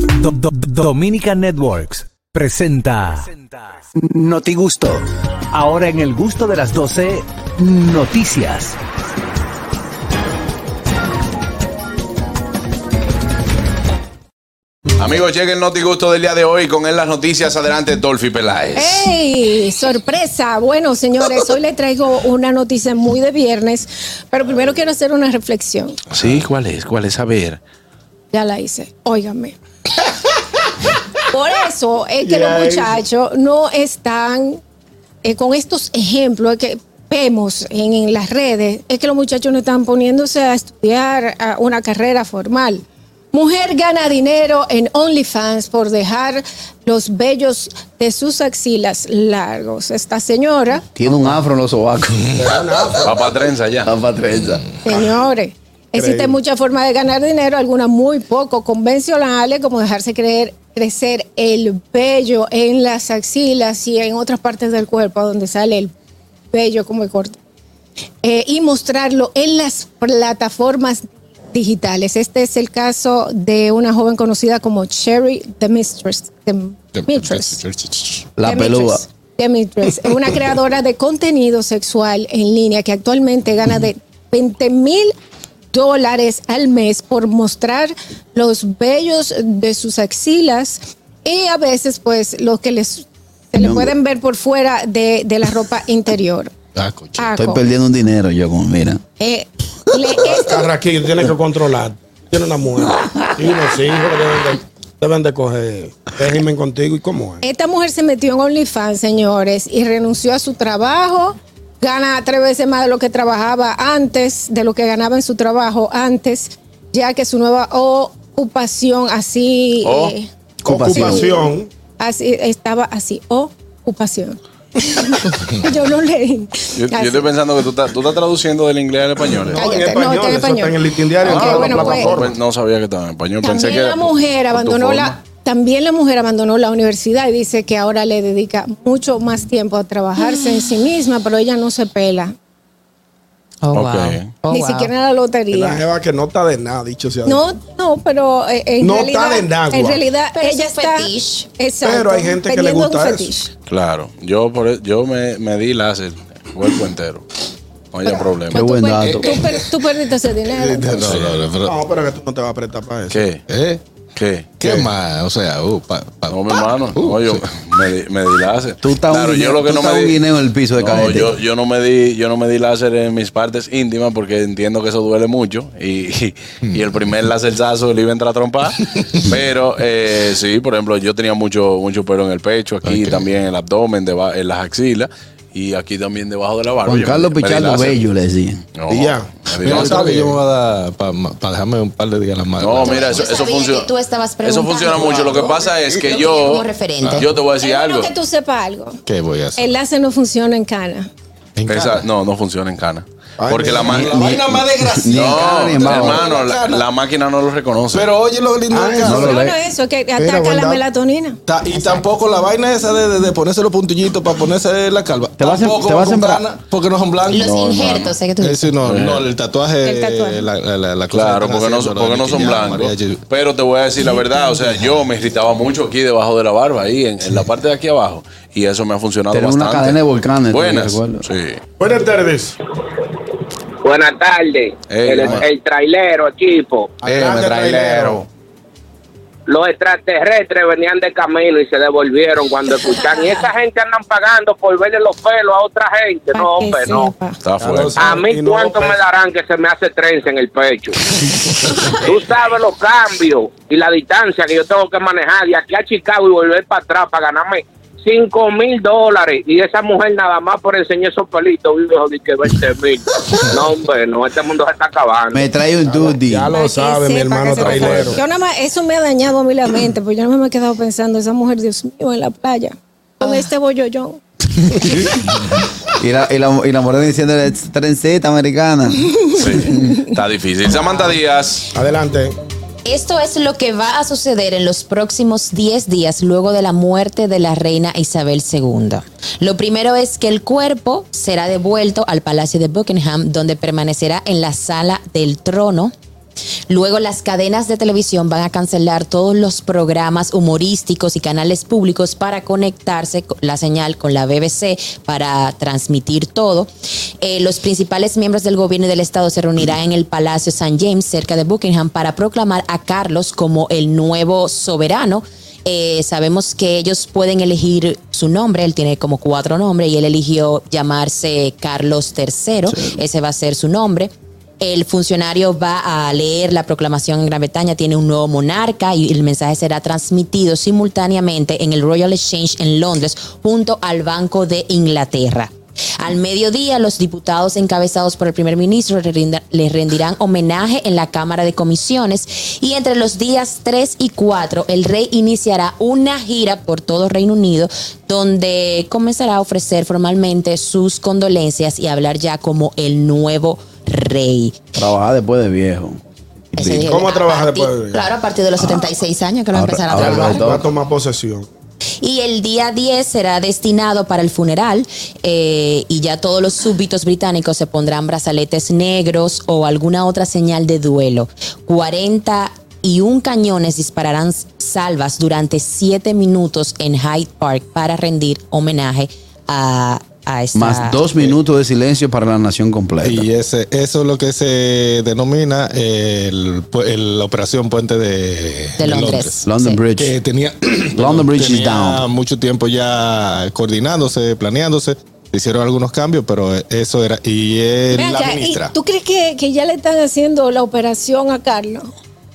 Do- Do- Dominica Networks presenta Noti Gusto. Ahora en el gusto de las 12, noticias. Amigos, llega el notigusto del día de hoy. Con él las noticias. Adelante, Dolphy Peláez. ¡Ey! ¡Sorpresa! Bueno, señores, hoy les traigo una noticia muy de viernes, pero primero quiero hacer una reflexión. Sí, ¿cuál es? ¿Cuál es? A ver. Ya la hice, óigame. Por eso es que los muchachos no están eh, con estos ejemplos que vemos en, en las redes, es que los muchachos no están poniéndose a estudiar a una carrera formal. Mujer gana dinero en OnlyFans por dejar los vellos de sus axilas largos. Esta señora Tiene un afro en los sobacos. Papá Trenza ya. Ah, Papá trenza. Señores, existen muchas formas de ganar dinero, algunas muy poco convencionales, como dejarse creer, crecer el vello en las axilas y en otras partes del cuerpo donde sale el vello como el corte. Eh, y mostrarlo en las plataformas digitales. Este es el caso de una joven conocida como Cherry The Mistress. The Mistress. La Demetres. pelúa. Demetres es una creadora de contenido sexual en línea que actualmente gana de 20 mil dólares al mes por mostrar los vellos de sus axilas y a veces pues los que les se le No. pueden ver por fuera de, de la ropa interior. Ah, Ah, Estoy Aco. perdiendo un dinero yo con, mira. Eh, le- esto- Carraquillo, tienes que controlar. Tiene una mujer y unos hijos que deben de, deben de coger régimen contigo. ¿Y cómo es? Esta mujer se metió en OnlyFans, señores, y renunció a su trabajo. Gana tres veces más de lo que trabajaba antes, de lo que ganaba en su trabajo antes, ya que su nueva ocupación así, Oh, eh, Ocupación. Ocupación. así estaba así, ocupación. Yo no leí. Yo, yo Así. estoy pensando que tú estás, tú estás traduciendo del inglés al español. ¿eh? Cállate, en no, español, está en eso está español. en el listín Ah, diario, en Ok, todas bueno, las pues, No, pues, no sabía que estaba en español. Pensé También que la mujer por tu abandonó la, forma. también la mujer abandonó la universidad y dice que ahora le dedica mucho más tiempo a trabajarse en sí misma, pero ella no se pela. Oh, Ok. wow. Oh, Ni wow. siquiera en la Y la lotería. jeva que no está de nada, dicho sea. de No, no, pero eh, en No realidad. está de nagua. En realidad, Pero ella es un está. fetiche. Exacto, Pero hay gente que le pendiente de un gusta eso. fetiche. Claro. Yo, por, e- yo me, me di láser. Cuerpo entero. No haya Qué problema. Tú buen per- dato. Tú, per- tú perdiste ese dinero. No, no, no, pero- No, pero que tú no te vas a prestar para eso. ¿Qué? ¿Eh? ¿Qué? ¿Qué más? O sea, uh, pa- pa- No, mi pa- hermano. uh, No, yo sí. me di, me di láser. Tú estás Claro, un guineo, yo lo que tú no estás me un di- guineo en el piso de No, cadete. yo, yo no me di, yo no me di láser en mis partes íntimas porque entiendo que eso duele mucho. Y, y, y el primer láserzazo le iba a entrar a trompar. pero eh, sí, por ejemplo, yo tenía mucho, mucho pelo en el pecho, aquí Ok. también en el abdomen, deba- en las axilas, y aquí también debajo de la barba. Juan Yo Carlos me- me di Pichardo láser. Bello le decían. No, Y ya. me di Mira, láser. ¿sabes que yo me voy a dar para dejarme un par de días la mano. No, mira, eso, Yo eso sabía funciona. que tú estabas eso preguntando funciona mucho. Lo que algo. pasa es que Lo yo. tenía como referente. Yo te voy a decir Es bueno algo. que tú sepas algo. ¿Qué voy a hacer? El láser no funciona en cana. En Esa- cara. no, no funciona en cana. Ay, Porque la, mira, man- la vaina más Ni en desgraciada. cara No, ni en barba. hermano, la, la máquina no lo reconoce. Pero oye lo lindo Ah, que eso No hace. lo No, lee. no, eso, que Mira, ataca la bondad. melatonina. Ta- y tampoco la vaina esa de, de- de ponerse los puntillitos para ponerse la calva. Te vas a- Tampoco te vas a con sembrar. gana, porque no son blancos. Los injertos, sé que tú Eh, sí, no, no, el tatuaje. El tatuaje. La, la, la, la cosa claro, que están porque no, haciendo, porque lo no de son que ya, blancos. María, yo- Pero te voy a decir la verdad, o sea, yo me irritaba mucho aquí debajo de la barba, ahí en, en la parte de aquí abajo. Y eso me ha funcionado Tenemos una bastante. cadena de volcanes, Buenas. te recuerdo. Sí. Buenas tardes. Buenas tardes, Ey, el, buenas. el trailero equipo. Eh, Adelante, trailero. Los extraterrestres venían de camino y se devolvieron cuando escucharon. Y esa gente andan pagando por verle los pelos a otra gente. Para No, que hombre, no. sepa. Está Claro, fuerte. sí. A mí Y no, cuánto pues. me darán que se me hace trenza en el pecho. Tú sabes los cambios y la distancia que yo tengo que manejar de aquí a Chicago y volver para atrás para ganarme cinco mil dólares. Y esa mujer nada más por enseñar esos pelitos, dijo que 20 mil. No, hombre, no, este mundo se está acabando. Me trae un duty. Ya Para lo que sabe, mi sepa, hermano que sepa. trailero. Yo nada más, eso me ha dañado a mí la mente, porque yo no me he quedado pensando, esa mujer, Dios mío, en la playa, con este bollollón. Y la, y la, y la morena diciendo trenceta americana. Sí. Está difícil. Samantha Díaz. Adelante. Esto es lo que va a suceder en los próximos 10 días luego de la muerte de la reina Isabel II. Lo primero es que el cuerpo será devuelto al Palacio de Buckingham, donde permanecerá en la sala del trono. Luego las cadenas de televisión van a cancelar todos los programas humorísticos y canales públicos para conectarse co- la señal con la BBC para transmitir todo. Eh, los principales miembros del gobierno y del Estado se reunirán en el Palacio St. James cerca de Buckingham para proclamar a Carlos como el nuevo soberano. Eh, sabemos que ellos pueden elegir su nombre, él tiene como cuatro nombres y él eligió llamarse Carlos III, ese va a ser su nombre. El funcionario va a leer la proclamación en Gran Bretaña, tiene un nuevo monarca y el mensaje será transmitido simultáneamente en el Royal Exchange en Londres junto al Banco de Inglaterra. Al mediodía, los diputados encabezados por el primer ministro le, rinda- le rendirán homenaje en la Cámara de Comisiones y entre los días 3 y 4 el rey iniciará una gira por todo Reino Unido donde comenzará a ofrecer formalmente sus condolencias y hablar ya como el nuevo rey. Trabajar después de viejo. Ese día- ¿Cómo a trabaja partir- después de- Claro, a partir de los 76 años que lo va a Ah. Ahora- empezar a ahora trabajar. Alberto. Va a tomar posesión. Y el día 10 será destinado para el funeral eh, y ya todos los súbditos británicos se pondrán brazaletes negros o alguna otra señal de duelo. 40 y un cañones dispararán salvas durante 7 minutos en Hyde Park para rendir homenaje a, a esta... Más dos minutos de silencio para la nación completa. Y ese, eso es lo que se denomina el pu- el- la operación Puente de, De Londres. Londres. London Sí. Bridge. Que Eh, tenía, London Bridge is tenía down. mucho tiempo ya coordinándose, planeándose. Se Hicieron algunos cambios, pero eso era. Y él Ven la acá, ¿y administra. ¿Tú crees que, que ya le están haciendo la operación a Carlos?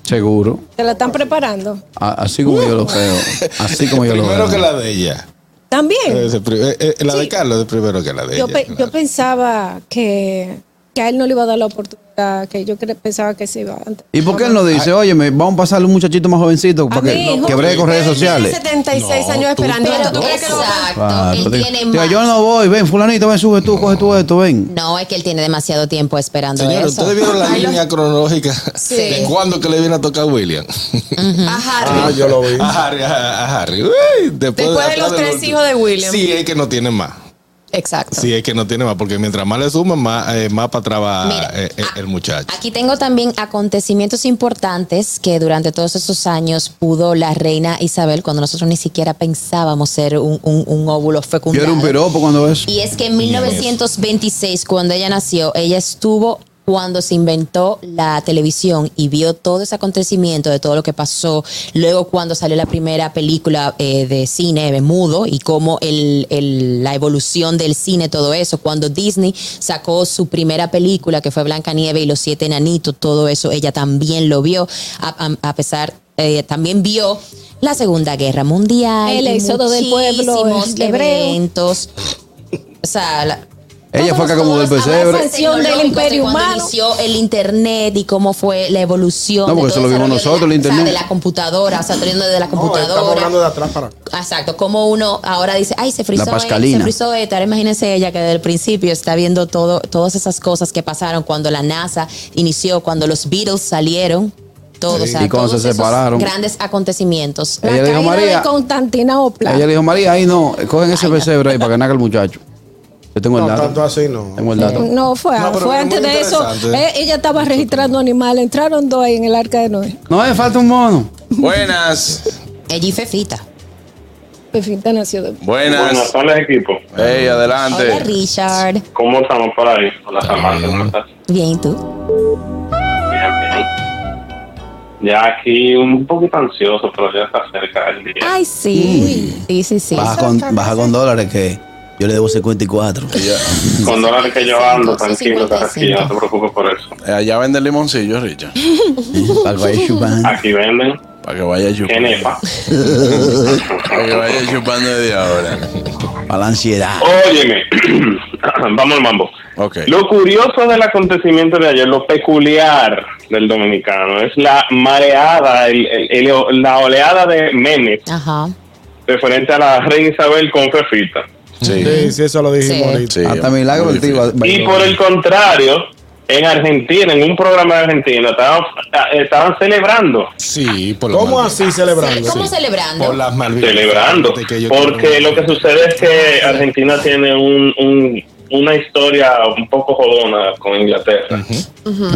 Seguro. ¿Se la están preparando? A- así como yo lo veo. Así como yo lo primero veo. que la de ella. También. Ese pri- eh, eh, la Sí. de Carlos es primero que la de yo, ella. pe- yo pensaba que, que a él no le iba a dar la oportunidad, que yo cre- pensaba que se iba antes. ¿Y por qué él no dice, oye, me- vamos a pasarle un muchachito más jovencito para que, Amigo, que bregue con redes él tiene sociales? 76 No, años tú- esperando. Pero esto. ¿Tú crees que lo va a hacer? exacto, Claro, él digo, tiene digo, más... yo no voy, ven, fulanito, ven, sube tú, coge tú esto, ven. No, es que él tiene demasiado tiempo esperando Señores, eso. ustedes vieron la línea cronológica Sí. de cuándo que le viene a tocar a William. Ah, yo lo vi. A Harry, a, a Harry. Uy, después, Después de los atrás tres último. hijos de William. Sí, es que no tiene más. Exacto. Sí, es que no tiene más, porque mientras más le suman, más, eh, más para atrás va, Mira, eh, eh, a- el muchacho. Aquí tengo también acontecimientos importantes que durante todos esos años pudo la reina Isabel, cuando nosotros ni siquiera pensábamos ser un, un- un óvulo Yo fecundado. era un piropo cuando ves. Y es que en 1926, cuando ella nació, ella estuvo cuando se inventó la televisión y vio todo ese acontecimiento de todo lo que pasó. Luego cuando salió la primera película eh, de cine de mudo y cómo el- el- la evolución del cine, todo eso. Cuando Disney sacó su primera película, que fue Blanca Nieve y los siete enanitos, todo eso, ella también lo vio, a, a- a pesar, eh, también vio la Segunda Guerra Mundial. El y éxodo del pueblo muchísimos hebreo. eventos. O sea, la- Ella todos fue acá como del los avances pesebre. tecnológicos del imperio de cuando humano. inició el internet y cómo fue la evolución. No, porque de todo eso lo vimos desarrollo nosotros, de la- el internet. o sea, de la computadora, o sea, teniendo de la No, estamos computadora. hablando de atrás para acá. Exacto, como uno ahora dice, ay, se frizó, La esto, se Pascalina. frizó esto. Ahora imagínense ella que desde el principio está viendo todo, todas esas cosas que pasaron cuando la NASA inició, cuando los Beatles salieron, todos, o sea, Y cuando todos se esos separaron. grandes acontecimientos. Ella le dijo, Caída María. de Constantinopla. Ella le dijo, María, ahí no, cogen ese pesebre ahí para que naga el muchacho. Yo tengo el No, tanto dato. así no. Tengo el dato. No, fue, No, pero fue muy antes de eso. interesante. Eh, ella estaba registrando animales. Entraron dos ahí en el arca de Noé. No, me falta un mono. Buenas, Ella y Fefita. Pefita nació de. buenas. tardes, equipo. Hey, Hola, adelante. Richard. ¿Cómo estamos por ahí? Hola, Samantha, ¿cómo estás? Bien, ¿y tú? Bien, bien. Ya aquí un poquito ansioso, pero ya está cerca del día. Ay, sí. Sí, sí, sí. Baja con, baja con dólares que yo le debo 54. Con dólares que yo ando, 55, tranquilo, Carrasquillo, no te preocupes por eso. Eh, Allá venden limoncillos, Richard. Al país chupán. Aquí venden Para que vaya chupando. Kenepa. Para que vaya chupando desde ahora. Para la ansiedad. Óyeme, vamos al mambo. Ok. Lo curioso del acontecimiento de ayer, lo peculiar del dominicano, es la mareada, el- el- el- la oleada de memes Ajá. referente a la reina Isabel con Fefita. Sí. Sí, sí, eso lo dijimos Sí. ahorita. sí, Hasta milagro muy el tío. difícil. Y por el contrario, en Argentina, en un programa de Argentina, estaban, estaban celebrando, Sí, por las ¿Cómo Malvinas. así celebrando? ¿Cómo celebrando? Por las Malvinas. celebrando, Fíjate que yo porque quiero- lo que sucede es que Argentina tiene un, un- una historia un poco jodona con Inglaterra.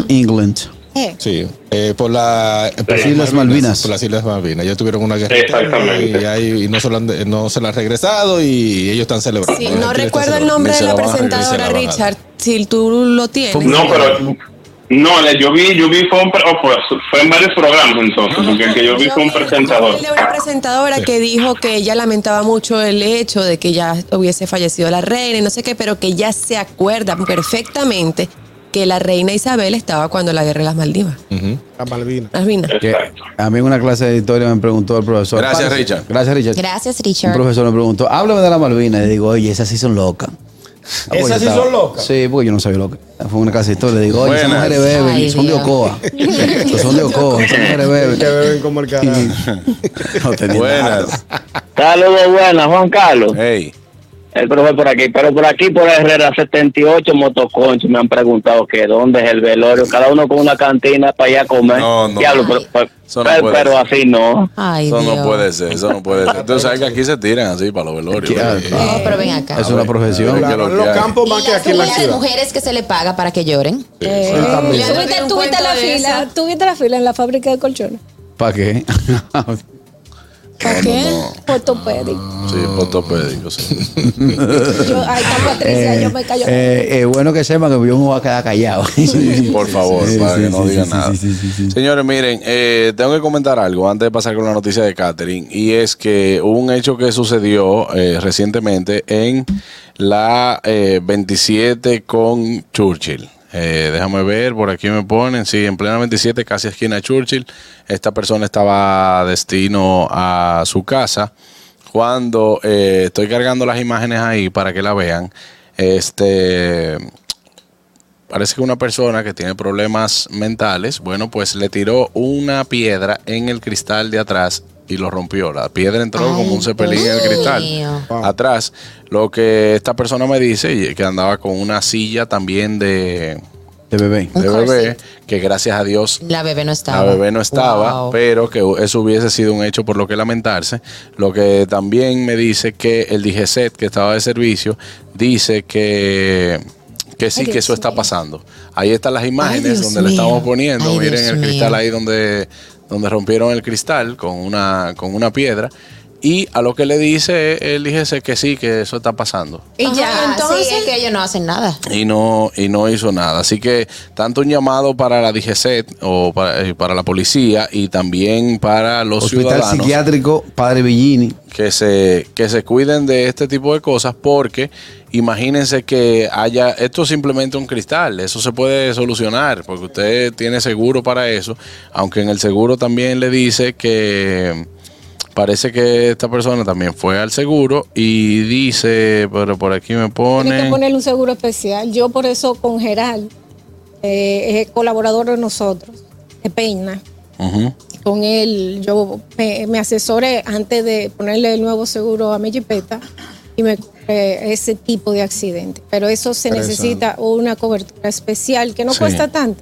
England. Eh. Sí, eh, por, la, por Las Islas Malvinas. Por las Islas Malvinas. Ellos tuvieron una guerra. Exactamente. Y, ahí- y no, se la han, no se la han regresado y ellos están celebrando. Sí, La no gente recuerdo está el nombre de la Dice la baja, dice presentadora, la baja. Richard. Si tú lo tienes. No, pero no, la- yo vi, yo vi fue, un pre- oh, pues, fue en varios programas entonces, porque el que yo vi fue un presentador. Yo vi una presentadora Sí. que dijo que ella lamentaba mucho el hecho de que ya hubiese fallecido la reina y no sé qué, pero que ella se acuerda perfectamente que la reina Isabel estaba cuando la guerra de las Maldivas. Las Malvinas. Las minas. Que Exacto. a mí en una clase de historia me preguntó el profesor. Gracias, "Parce, Richard. Gracias, Richard. Gracias, Un Richard. profesor me preguntó, háblame de la Malvina. Y digo, oye, esas sí son locas. Ah, pues, ¿Esas yo sí son locas? Sí, porque yo no sabía loca. Fue una clase de historia. Le digo, oye, esas Buenas. mujeres beben, Ay, son de Dios. Ocoa. Esas son de Ocoa, esas mujeres Que beben. beben como el carajo. No tenía nada. Buenas. Saludos, buenas, Juan Carlos. Hey. El profe por aquí, pero por aquí, por Herrera 78 Motoconcho, me han preguntado que dónde es el velorio, cada uno con una cantina para allá a comer. No, no. Diablo, pero, pero- Eso no pero- puede pero ser. así no. Ay, Eso Dios. no puede ser, eso no puede ser. Tú sabes que aquí se tiran así para los velorios. Ah, ¿verdad? claro. No, pero ven acá. Es una profesión. Claro. Claro, en los campos más que aquí y en la las de ciudad. mujeres que se le paga para que lloren. Eh, también. Yo no ¿Tuviste, tengo un tuviste cuento la de fila, esa. tuviste la fila en la fábrica de colchones. ¿Para qué? ¿Para qué? Ortopédico. Eh. Sí, ortopédico, sí. Yo, ay, está Patricia, yo me callo. Eh, eh, bueno que sepan que yo me voy a quedar callado. Por favor, Sí, para sí, que no sí, digan sí, nada. sí, sí, sí, sí. Señores, miren, eh, tengo que comentar algo antes de pasar con la noticia de Catherine. Y es que hubo un hecho que sucedió eh, recientemente en la eh, 27 con Churchill. Eh, déjame ver, por aquí me ponen. Sí, en plena 27, casi esquina de Churchill. Esta persona estaba destino a su casa. Cuando eh, estoy cargando las imágenes ahí para que la vean, este parece que una persona que tiene problemas mentales, bueno, pues le tiró una piedra en el cristal de atrás y lo rompió. La piedra entró Ay, como un cepelín en Dios el cristal mío. atrás. Lo que esta persona me dice, y que andaba con una silla también de, De bebé. Un de bebé, corset. que gracias a Dios La bebé no estaba. la bebé no estaba, Wow. pero que eso hubiese sido un hecho por lo que lamentarse. Lo que también me dice que el DGCET, que estaba de servicio, dice que, que sí, Ay, que Dios eso está mío. pasando. Ahí están las Ay, imágenes Dios donde le estamos mío. poniendo. Ay, Miren Dios el cristal mío. ahí donde, donde rompieron el cristal con una, con una piedra. Y a lo que le dice el DGCET que sí, que eso está pasando Y Ajá, ya, entonces entonces- es que ellos no hacen nada. y no y no hizo nada. Así que tanto un llamado para la DGCET o para, eh, para la policía y también para los Hospital ciudadanos Psiquiátrico Padre Villini. que se que se cuiden de este tipo de cosas porque imagínense que haya esto es simplemente un cristal, eso se puede solucionar porque usted tiene seguro para eso, aunque en el seguro también le dice que Parece que esta persona también fue al seguro y dice, pero por aquí me Tiene que pone... ponerle un seguro especial. Yo por eso con Gerald, eh, es colaborador de nosotros, de Peña, Ujú. con él yo me, me asesoré antes de ponerle el nuevo seguro a mi jipeta y me eh, ese tipo de accidente. Pero eso se Interesante. necesita una cobertura especial que no Sí. cuesta tanto.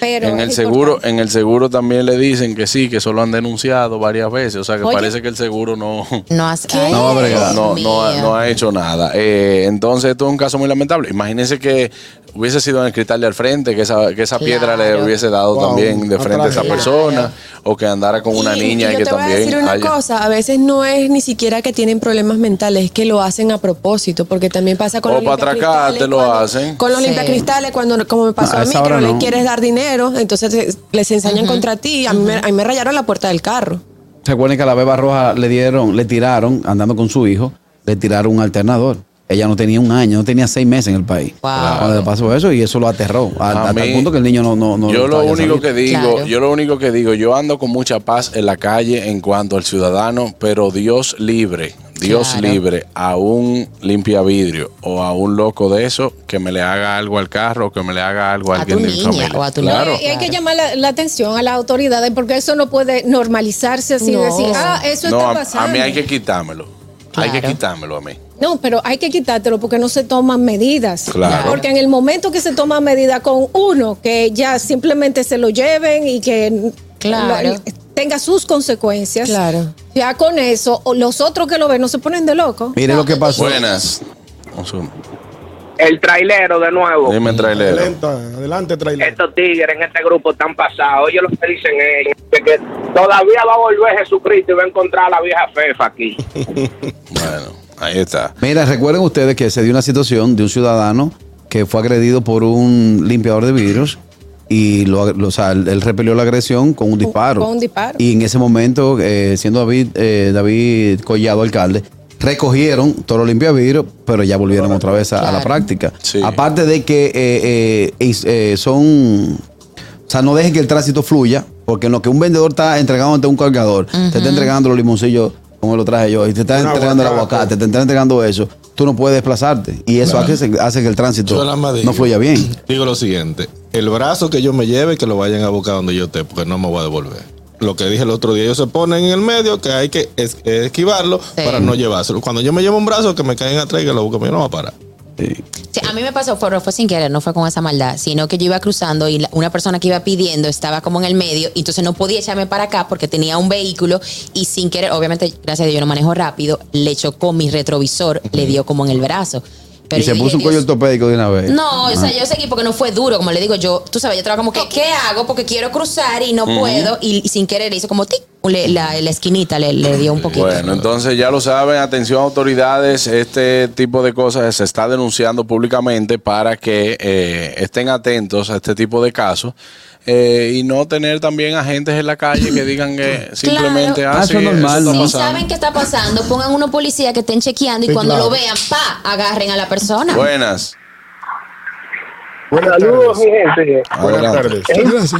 Pero en el es seguro, importante. en el seguro también le dicen que sí, que eso lo han denunciado varias veces. O sea que Oye. parece que el seguro no, No hace Ay, No va a Dios bregar. no, no ha, mío. no ha hecho nada. Eh, entonces, esto es un caso muy lamentable. Imagínense que hubiese sido en el cristal de al frente, que esa, que esa piedra le Claro. hubiese dado Wow, también de una frente a esa tragedia. persona, o que andara con una Y- y niña y, yo que te voy también. a decir una haya- cosa, a veces no es ni siquiera que tienen problemas mentales, es que lo hacen a propósito, porque también pasa con O los pa' limpiacristales, atracarte lo cuando- hacen. Con los Sí. limpiacristales, cuando como me pasó No, a a mí, esa que hora no, le no. quieres dar dinero, entonces te- les enseñan contra ti. A mí, me, a mí me rayaron la puerta del carro. Recuerden que a la beba roja le dieron, le tiraron, andando con su hijo, le tiraron un alternador. Ella no tenía un año, no tenía seis meses en el país. Wow. Cuando le pasó eso y eso lo aterró. a- A Hasta mí, el punto que el niño no. no, no yo lo sabía único salir. que digo, Claro. yo lo único que digo, yo ando con mucha paz en la calle en cuanto al ciudadano, pero Dios libre, Dios Claro. libre a un limpia vidrio o a un loco de eso que me le haga algo al carro, que me le haga algo a, A alguien tu de mi niña familia. o a tu claro. Y Eh, hay que Claro. llamar la, la atención a las autoridades porque eso no puede normalizarse así No. decir, ah, eso No, está a, pasando. a mí hay que quitármelo. Hay que Claro. quitármelo a mí. No, pero hay que quitártelo porque no se toman medidas. Claro. Porque en el momento que se toman medidas con uno, que ya simplemente se lo lleven y que Claro. lo- tenga sus consecuencias. Claro. Ya con eso, o los otros que lo ven no se ponen de loco. Mire lo que pasó. Buenas. Un segundo. El trailero de nuevo. Em. Dime, trailero. Lenta, adelante, trailero. Estos tigres en este grupo están pasados. Ellos lo que dicen ellos. de Que todavía va a volver Jesucristo y va a encontrar a la vieja Fefa aquí. Bueno, ahí está. Mira, recuerden ustedes que se dio una situación de un ciudadano que fue agredido por un limpiador de vidrios y lo, lo- o sea, él, él repelió la agresión con un disparo. con un disparo. Y en ese momento, eh, siendo David, eh, David Collado alcalde, recogieron todos los limpiavidrios, pero ya volvieron otra vez a, a la Claro. práctica. Aparte de que eh, eh, is- eh, son... O sea, no dejen que el tránsito fluya, porque en lo que un vendedor está entregando ante un cargador, te está entregando los limoncillos como lo traje yo, y te está Un entregando el aguacate. aguacate, te está entregando eso, tú no puedes desplazarte. Y eso Claro. hace, hace que el tránsito Yo nada más digo. no fluya bien. Digo lo siguiente: el brazo que yo me lleve, que lo vayan a buscar donde yo esté, porque no me voy a devolver. Lo que dije el otro día, ellos se ponen en el medio que hay que es- esquivarlo para no llevárselo. Cuando yo me llevo un brazo, que me caigan atrás y que lo busquen, yo no va a parar. Sí, a mí me pasó, pero fue sin querer, no fue con esa maldad, sino que yo iba cruzando y la- una persona que iba pidiendo estaba como en el medio, y entonces no podía echarme para acá porque tenía un vehículo y sin querer, obviamente, gracias a Dios yo no manejo rápido, le chocó mi retrovisor, le dio como en el brazo. Pero y yo se puso dije, un cuello "Dios ortopédico de una vez. No, o sea, Ah. yo seguí porque no fue duro, como le digo yo. Tú sabes, yo estaba como que, ¿qué hago? Porque quiero cruzar y no Ujú. puedo. Y, y sin querer le hizo como tic, le- la, la esquinita le, le dio un poquito. Bueno, entonces ya lo saben, atención autoridades, este tipo de cosas se está denunciando públicamente para que eh, estén atentos a este tipo de casos eh, y no tener también agentes en la calle que digan que simplemente Ah, eso hacen es normal, ¿no? Si saben qué está pasando, pongan unos policías que estén chequeando y Sí, cuando claro. lo vean, pa, agarren a la persona. Buenas. Buenas Saludos, mi tardes. gente. Buenas Adelante. tardes. Es,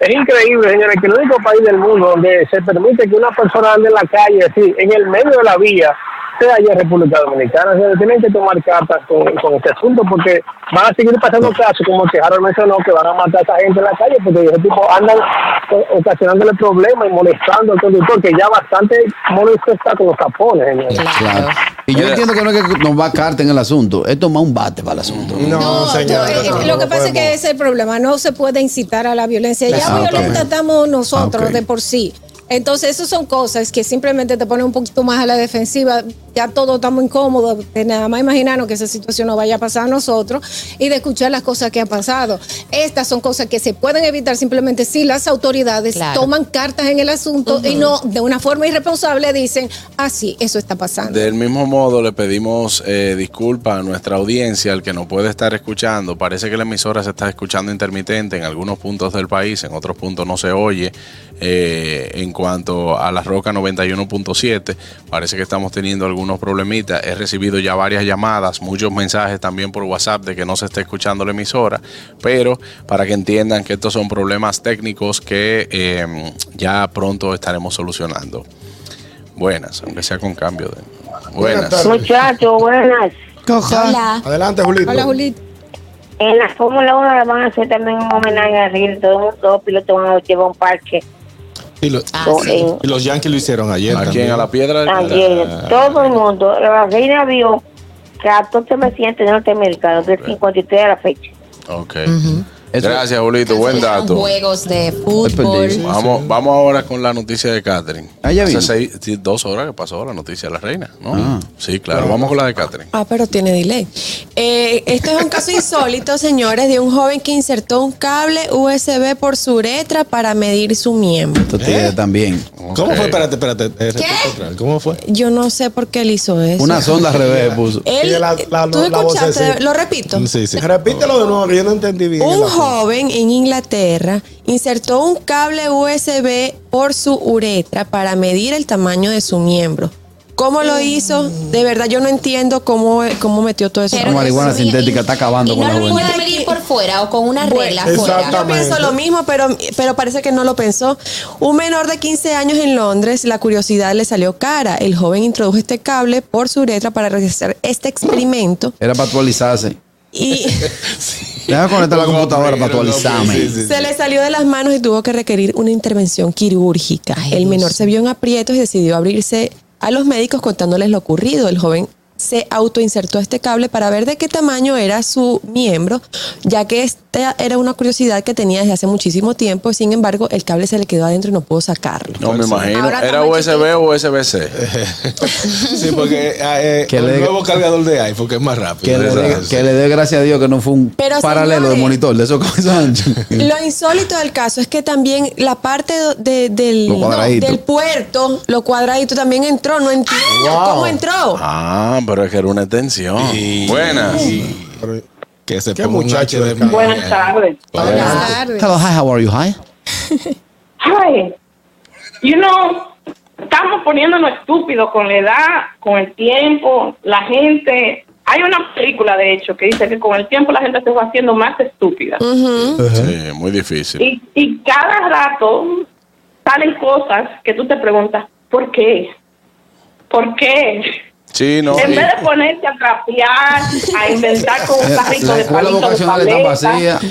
es increíble, señores, que el único país del mundo donde se permite que una persona ande en la calle, así, en el medio de la vía, sea allá en República Dominicana. Señores, tienen que tomar cartas con, con este asunto porque van a seguir pasando casos, como el que Harold mencionó, que van a matar a esa gente en la calle porque ese tipo andan eh, ocasionándole problemas y molestando al conductor, que ya bastante molesto está con los tapones, señores. Claro. Y yo Mira. entiendo que no es que nos va a carta en el asunto, es tomar un bate para el asunto. No, No, señor. yo- eh, no, lo que pasa no es podemos. Ah, que ese es el problema. No se puede incitar a la violencia. Ya Exactamente. violenta estamos nosotros Ah, ok. de por sí. Entonces, esas son cosas que simplemente te ponen un poquito más a la defensiva. Ya todos estamos incómodos. De nada más imaginarnos que esa situación no vaya a pasar a nosotros y de escuchar las cosas que han pasado. Estas son cosas que se pueden evitar simplemente si las autoridades Claro. toman cartas en el asunto y no de una forma irresponsable dicen, ah, sí, eso está pasando. Del mismo modo, le pedimos eh, disculpas a nuestra audiencia, al que no puede estar escuchando. Parece que la emisora se está escuchando intermitente en algunos puntos del país, en otros puntos no se oye. Eh, en cuanto a la Roca 91.7, parece que estamos teniendo algunos problemitas. He recibido ya varias llamadas, muchos mensajes también por WhatsApp de que no se está escuchando la emisora, pero para que entiendan que estos son problemas técnicos que eh, ya pronto estaremos solucionando. Buenas, aunque sea con cambio de. Buenas Buenas. tardes. Muchachos, buenas. Hola. Adelante, Julito. Hola, Julito. En la Fórmula 1 le van a hacer también un homenaje a Riley. Todo el mundo, todos los pilotos van a llevar un parque. Y, lo- Ah, Oh, Todo- sí. eh, en- y los Yankees lo hicieron ayer. ¿A quién? también. ¿A la piedra? Ah, ayer. Todo el mundo. La reina vio 14 presidentes norteamericanos del 53 a la fecha. Ok. Eso- Gracias, Julito. Buen dato. Juegos de fútbol. Vamos, vamos ahora con la noticia de Catherine. Ah, ya Hace vino. seis- sí, dos horas que pasó la noticia de la reina, ¿no? Ah. Sí, claro. Vamos con la de Catherine. Ah, pero tiene delay. Eh, esto es un caso insólito, señores, de un joven que insertó un cable USB por su uretra para medir su miembro. ¿Eh? Estos tigres también. ¿Cómo Ok. fue? Espérate, espérate. eh, repito otra vez. ¿Cómo fue? Yo no sé por qué él hizo eso. Una sonda al revés puso. Él, Sí, la- la- tú la escuchaste, vocecita. lo repito. Sí, sí. Repítelo de nuevo, que yo no entendí bien. el Un asunto. joven en Inglaterra insertó un cable USB por su uretra para medir el tamaño de su miembro. ¿Cómo lo hizo? De verdad, yo no entiendo cómo, cómo metió todo eso. Pero La marihuana eso- y- sintética está acabando y con no la lo juventud. puede medir por fuera o con una regla Bueno, fuera. Pues, Yo Exactamente. pienso lo mismo, pero, pero parece que no lo pensó. Un menor de 15 años en Londres, la curiosidad le salió cara. El joven introdujo este cable por su uretra para realizar este experimento Era para actualizarse. y Deja conectar la computadora para actualizarme. Sí, sí, sí. se le salió de las manos y tuvo que requerir una intervención quirúrgica. El menor se vio en aprietos y decidió abrirse a los médicos contándoles lo ocurrido. El joven se autoinsertó este cable para ver de qué tamaño era su miembro, ya que esta era una curiosidad que tenía desde hace muchísimo tiempo. Sin embargo, el cable se le quedó adentro y no pudo sacarlo. No me imagino. Ahora ¿Era USB o USB-C? Sí, porque eh, eh, Que el le- nuevo cargador de iPhone que es más rápido. Que le, dé, Exacto. que le dé gracias a Dios que no fue un Pero, paralelo señores. de monitor de esos cosas anchas. Lo insólito del caso es que también la parte de- del, Lo cuadradito. del puerto, lo cuadradito también entró. No entiendo Wow. cómo entró. Ah, pero es que era una extensión. Buenas. Que se Qué ponga un muchacho HD de más. Buenas tardes. Hello, hi, how are you? Hi. Ay, you know, estamos poniéndonos estúpidos con la edad, con el tiempo, la gente. Hay una película, de hecho, que dice que con el tiempo la gente se va haciendo más estúpida. Sí, muy difícil. y, y cada rato salen cosas que tú te preguntas, ¿por qué? ¿Por qué? Sí, no. en y- vez de ponerte a trapear, a inventar con Eh, un carrito Eh, La de escuela palito de vocacional está paleta. vacía.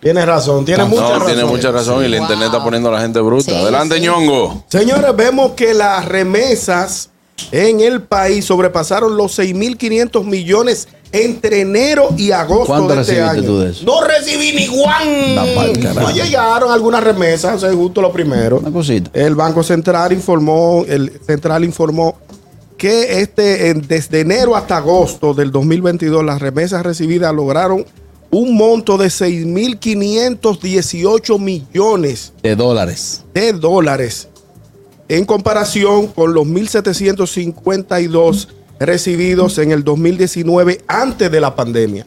Tienes razón, tienes mucha no, razón. tiene mucha razón y la internet está poniendo a la gente bruta. Adelante, ñongo. Señores, vemos que las remesas en el país sobrepasaron los 6.500 millones entre enero y agosto ¿Cuánto de este recibiste año. tú de eso? No recibí ni guan. Da pa'l carajo. No llegaron algunas remesas, eso es justo lo primero. Una cosita. El Banco Central informó, el Central informó que este en- desde enero hasta agosto del 2022 las remesas recibidas lograron un monto de 6.518 millones De dólares. de dólares en comparación con los 1.752 recibidos en el 2019 antes de la pandemia.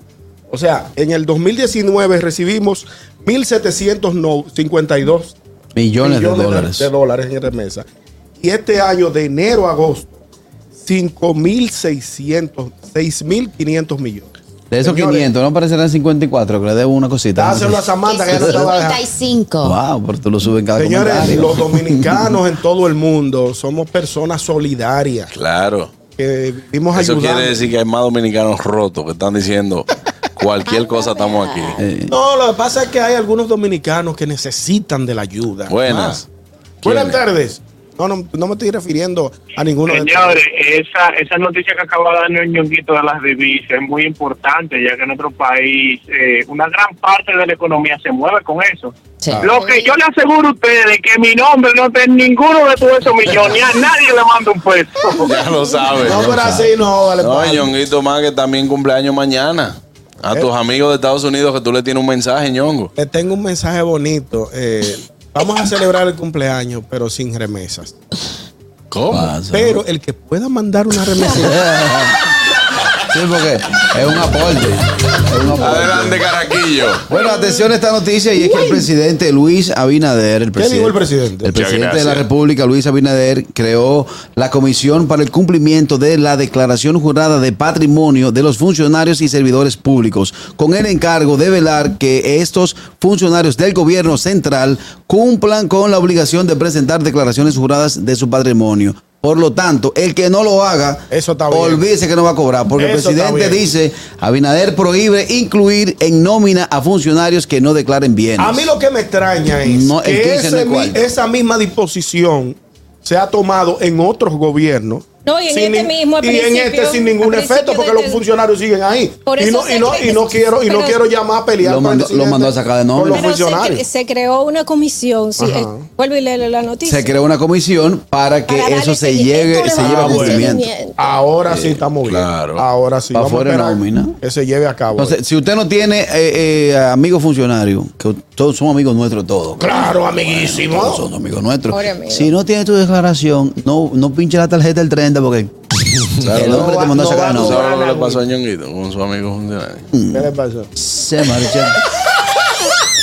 O sea, en el 2019 recibimos 1.752 Millones, de dólares. de dólares en remesa. Y este año, de enero a agosto, 5.600, 6.500 millones. De esos Señores. 500, ¿no parecerán 54? Que le debo una cosita. Dáselo a Samantha, que ya no estaba dejando. 75. Wow, pero tú lo subes en cada Señores, comentario. los dominicanos en todo el mundo somos personas solidarias. Claro. que vimos Eso quiere ayudando. decir que hay más dominicanos rotos que están diciendo cualquier cosa estamos aquí. Eh, No, lo que pasa es que hay algunos dominicanos que necesitan de la ayuda. Buenas. Ah. Buenas ¿Quiénes? tardes. No, no, no me estoy refiriendo a ninguno de Señores, esa, esa noticia que acaba de darnos el ñonguito de las divisas es muy importante, ya que en nuestro país eh, una gran parte de la economía se mueve con eso. Sí. Lo que yo le aseguro a ustedes que mi nombre no está en ninguno de todos esos millones, a nadie le manda un peso. Ya lo sabes. No, pero así no, pues, vale. No, padre. ñonguito más que también cumpleaños mañana. A Eh. tus amigos de Estados Unidos que tú le tienes un mensaje, ñongo. Le tengo un mensaje bonito. eh, vamos a celebrar el cumpleaños, pero sin remesas. ¿Cómo? pasa. Pero el que pueda mandar una remesa. Sí, porque es un aporte. Es un aporte. Adelante, caraquillo. Bueno, atención a esta noticia y es que el presidente Luis Abinader, el presidente, dijo el presidente? El Muchas presidente de la gracias. República, Luis Abinader, creó la Comisión para el Cumplimiento de la Declaración Jurada de Patrimonio de los Funcionarios y Servidores Públicos, con el encargo de velar que estos funcionarios del gobierno central cumplan con la obligación de presentar declaraciones juradas de su patrimonio. Por lo tanto, el que no lo haga, Eso está bien. olvídese que no va a cobrar, porque Eso el está presidente bien. dice dice, Abinader prohíbe incluir en nómina a funcionarios que no declaren bienes. A mí lo que me extraña es No, el 15 que no ese es mi- cuarto. esa misma disposición se ha tomado en otros gobiernos. No, y en este ni- mismo, al y en principio- este sin al ningún principio efecto, de porque este- los funcionarios siguen ahí. Por y eso no, se y no, cree y que- no quiero, y no pero- quiero llamar a pelear Lo con el mandó- lo presidente mandó a sacar de Con nombre. los Pero se, cre- funcionarios. se creó una comisión. Sí, Ajá. eh, vuelve y lee la noticia. se creó una comisión para que Para darle eso se seguimiento, llegue, le se va a lleve a dar cumplimiento. seguimiento. Ahora sí estamos bien. claro. Ahora Eh, sí. Pa' Vamos a fuera esperar nómina. que se lleve a cabo. Entonces, si usted no tiene eh, eh, amigos funcionarios, que todos son amigos nuestros todos. claro, amiguísimo. Todos son amigos nuestros. Pobre amigo. Si no tienes tu declaración, no, no pinche la tarjeta del 30 porque el no hombre va- te mandó no a sacar va a de ¿Tú nombre. sabes lo que le pasó a ñonguito con su amigo funcionario? mm. ¿Qué le pasó? Se marcha.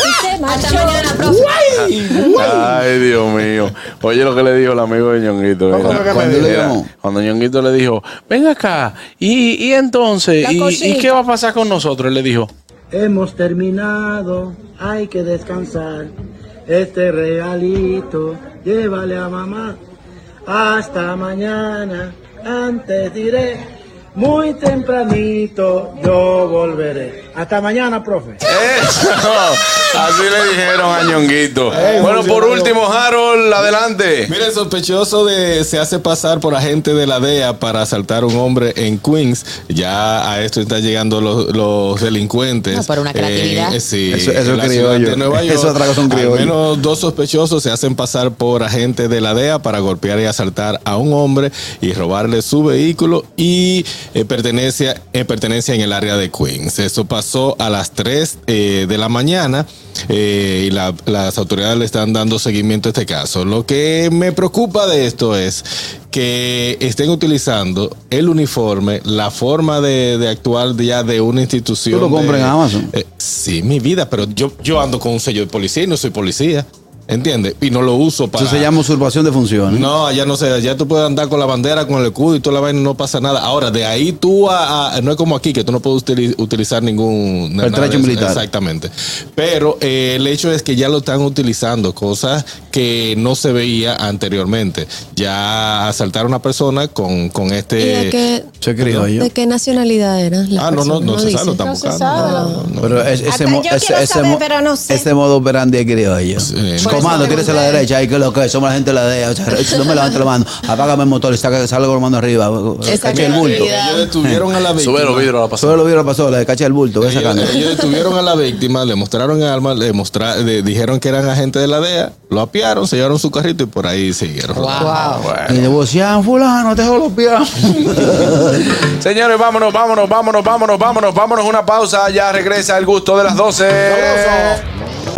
Y se marchó. Hasta mañana, profe. Ay, Dios mío. Oye lo que le dijo el amigo de Ñonguito. ¿Cómo mira. que me Cuando dijo? mira, Cuando Ñonguito le dijo, ven acá, y, y entonces, La y, cosita. ¿y qué va a pasar con nosotros? Él le dijo, Hemos terminado, hay que descansar. Este regalito, llévale a mamá. Hasta mañana, antes diré, muy tempranito yo volveré. Hasta mañana, profe. ¡Eso! Así le dijeron a Ñonguito. bueno, por último, Harold, adelante. Mire, el sospechoso de se hace pasar por agente de la DEA para asaltar a un hombre en Queens. Ya a esto están llegando los, los delincuentes. No, por una Eh, creatividad. sí, Eso- eso es en la ciudad criollo. de Nueva York. Eso es otra cosa, un criollo. Al menos dos sospechosos se hacen pasar por agentes de la DEA para golpear y asaltar a un hombre y robarle su vehículo y eh, pertenencia, eh, pertenencia en el área de Queens. Eso pasó a las 3 eh, de la mañana eh, y la- las autoridades le están dando seguimiento a este caso. Lo que me preocupa de esto es que estén utilizando el uniforme, la forma de, de actuar ya de una institución. Tú lo compras de- en Amazon. eh, sí, mi vida, pero yo, yo ando con un sello de policía y no soy policía. ¿Entiendes? Y no lo uso para. Eso se llama usurpación de funciones. No, allá no sé, allá tú puedes andar con la bandera, con el escudo y toda la vaina y no pasa nada. Ahora, de ahí tú a, a- no es como aquí, que tú no puedes utili- utilizar ningún... nada Pertracho de eso. militar. Exactamente. Pero eh, el hecho es que ya lo están utilizando, cosas que no se veía anteriormente. Ya asaltar a una persona con, con ¿Y este... de qué, de qué nacionalidad era? la Ah, no, no, persona? no se sabe, dice. lo están No se buscando. sabe. Pero es- ese, Hasta mo- yo ese- quiero ese saber, mo- pero no sé. ese modo operandi es criollo. Comando, tírese a la derecha. Ahí que lo que somos la gente de la DEA. O sea, no me levanto la mano. Apágame el motor y saca, salgo con la mano arriba. Esa Caché el bulto. creatividad. Ellos detuvieron a la víctima. Sube Sube los los vidrios vidrios a la pasada. a la pasada. Le caché el bulto. Ve sacando. Ellos, ellos detuvieron a la víctima, le mostraron el arma, le mostra- le dijeron que eran agentes de la DEA, lo apiaron, se llevaron su carrito y por ahí siguieron. Y le voceaban, fulano, te jolopeamos. Señores, vámonos, vámonos, vámonos, vámonos, vámonos, vámonos. Una pausa, ya regresa el gusto de las 12.